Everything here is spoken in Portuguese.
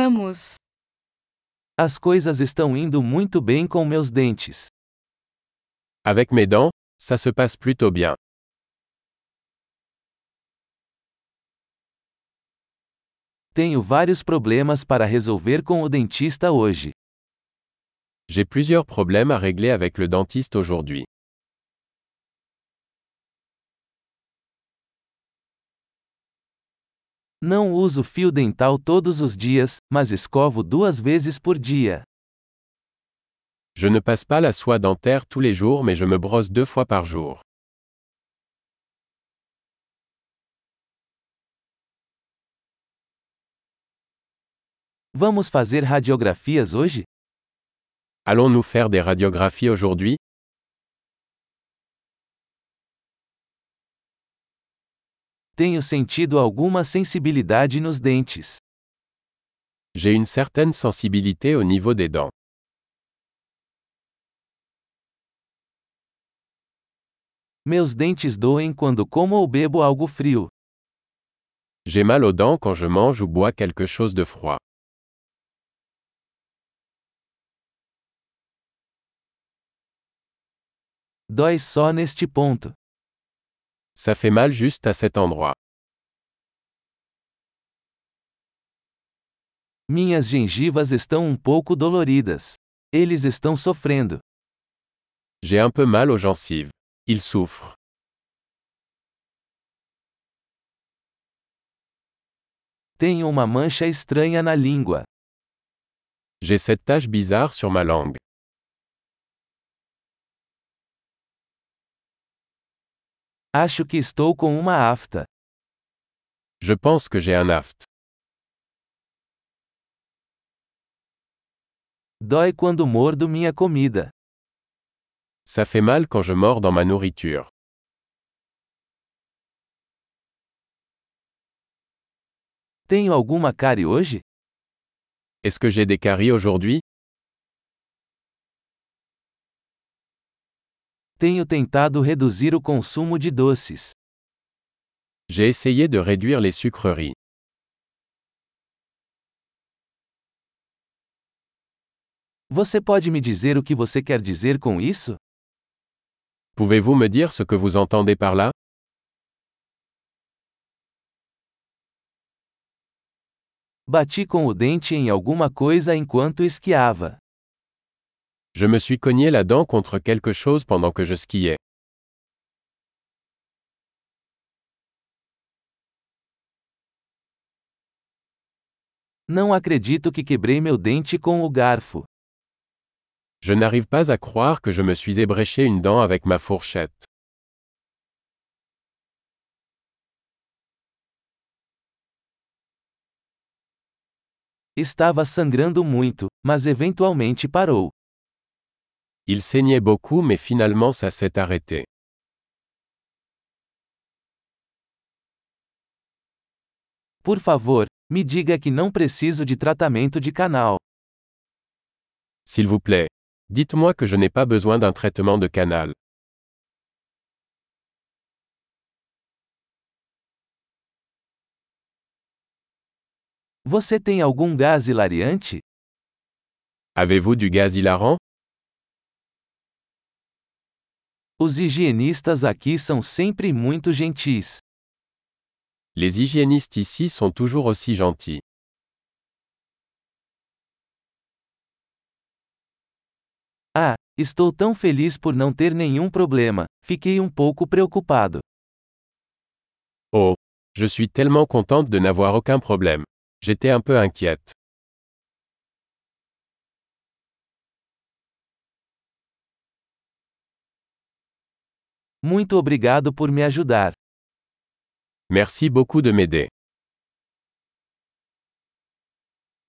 Vamos. As coisas estão indo muito bem com meus dentes. Avec mes dents, ça se passe plutôt bien. Tenho vários problemas para resolver com o dentista hoje. J'ai plusieurs problèmes à régler avec le dentiste aujourd'hui. Não uso fio dental todos os dias, mas escovo duas vezes por dia. Je ne passe pas la soie dentaire tous les jours mais je me brosse deux fois par jour. Vamos fazer radiografias hoje? Allons-nous faire des radiographies aujourd'hui Tenho sentido alguma sensibilidade nos dentes. J'ai une certaine sensibilité au niveau des dents. Meus dentes doem quando como ou bebo algo frio. J'ai mal aux dents quand je mange ou bois quelque chose de froid. Dói só neste ponto. Ça fait mal juste à cet endroit. Minhas gengivas estão um pouco doloridas. Eles estão sofrendo. J'ai un peu mal aux gencives. Il souffre. Tenho uma mancha estranha na língua. J'ai cette tache bizarre sur ma langue. Acho que estou com uma afta. Je pense que j'ai un aft. Dói quando mordo minha comida. Ça fait mal quand je mords dans ma nourriture. Tenho alguma cárie hoje? Est-ce que j'ai des caries aujourd'hui Tenho tentado reduzir o consumo de doces. J'ai essayé de réduire les sucreries. Você pode me dizer o que você quer dizer com isso? Pouvez-vous me dire ce que vous entendez par là Bati com o dente em alguma coisa enquanto esquiava. Je me suis cogné la dent contre quelque chose pendant que je skiais. Não acredito que quebrei meu dente com o garfo. Je n'arrive pas à croire que je me suis ébréché une dent avec ma fourchette. Estava sangrando muito, mas eventualmente parou. Il saignait beaucoup mais finalement ça s'est arrêté. Por favor, me diga que não preciso de tratamento de canal. S'il vous plaît, dites-moi que je n'ai pas besoin d'un traitement de canal. Você tem algum gás hilariante? Avez-vous du gaz hilarant Os higienistas aqui são sempre muito gentis. Les hygiénistes ici sont toujours aussi gentils. Ah, estou tão feliz por não ter nenhum problema, fiquei um pouco preocupado. Oh, je suis tellement contente de n'avoir aucun problème. J'étais un peu inquiète. Muito obrigado por me ajudar. Merci beaucoup de m'aider.